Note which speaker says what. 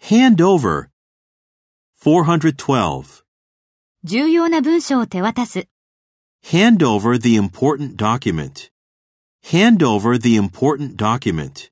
Speaker 1: Hand over. 412.
Speaker 2: 重要な文書を手渡す。
Speaker 1: Hand over the important document. Hand over the important document.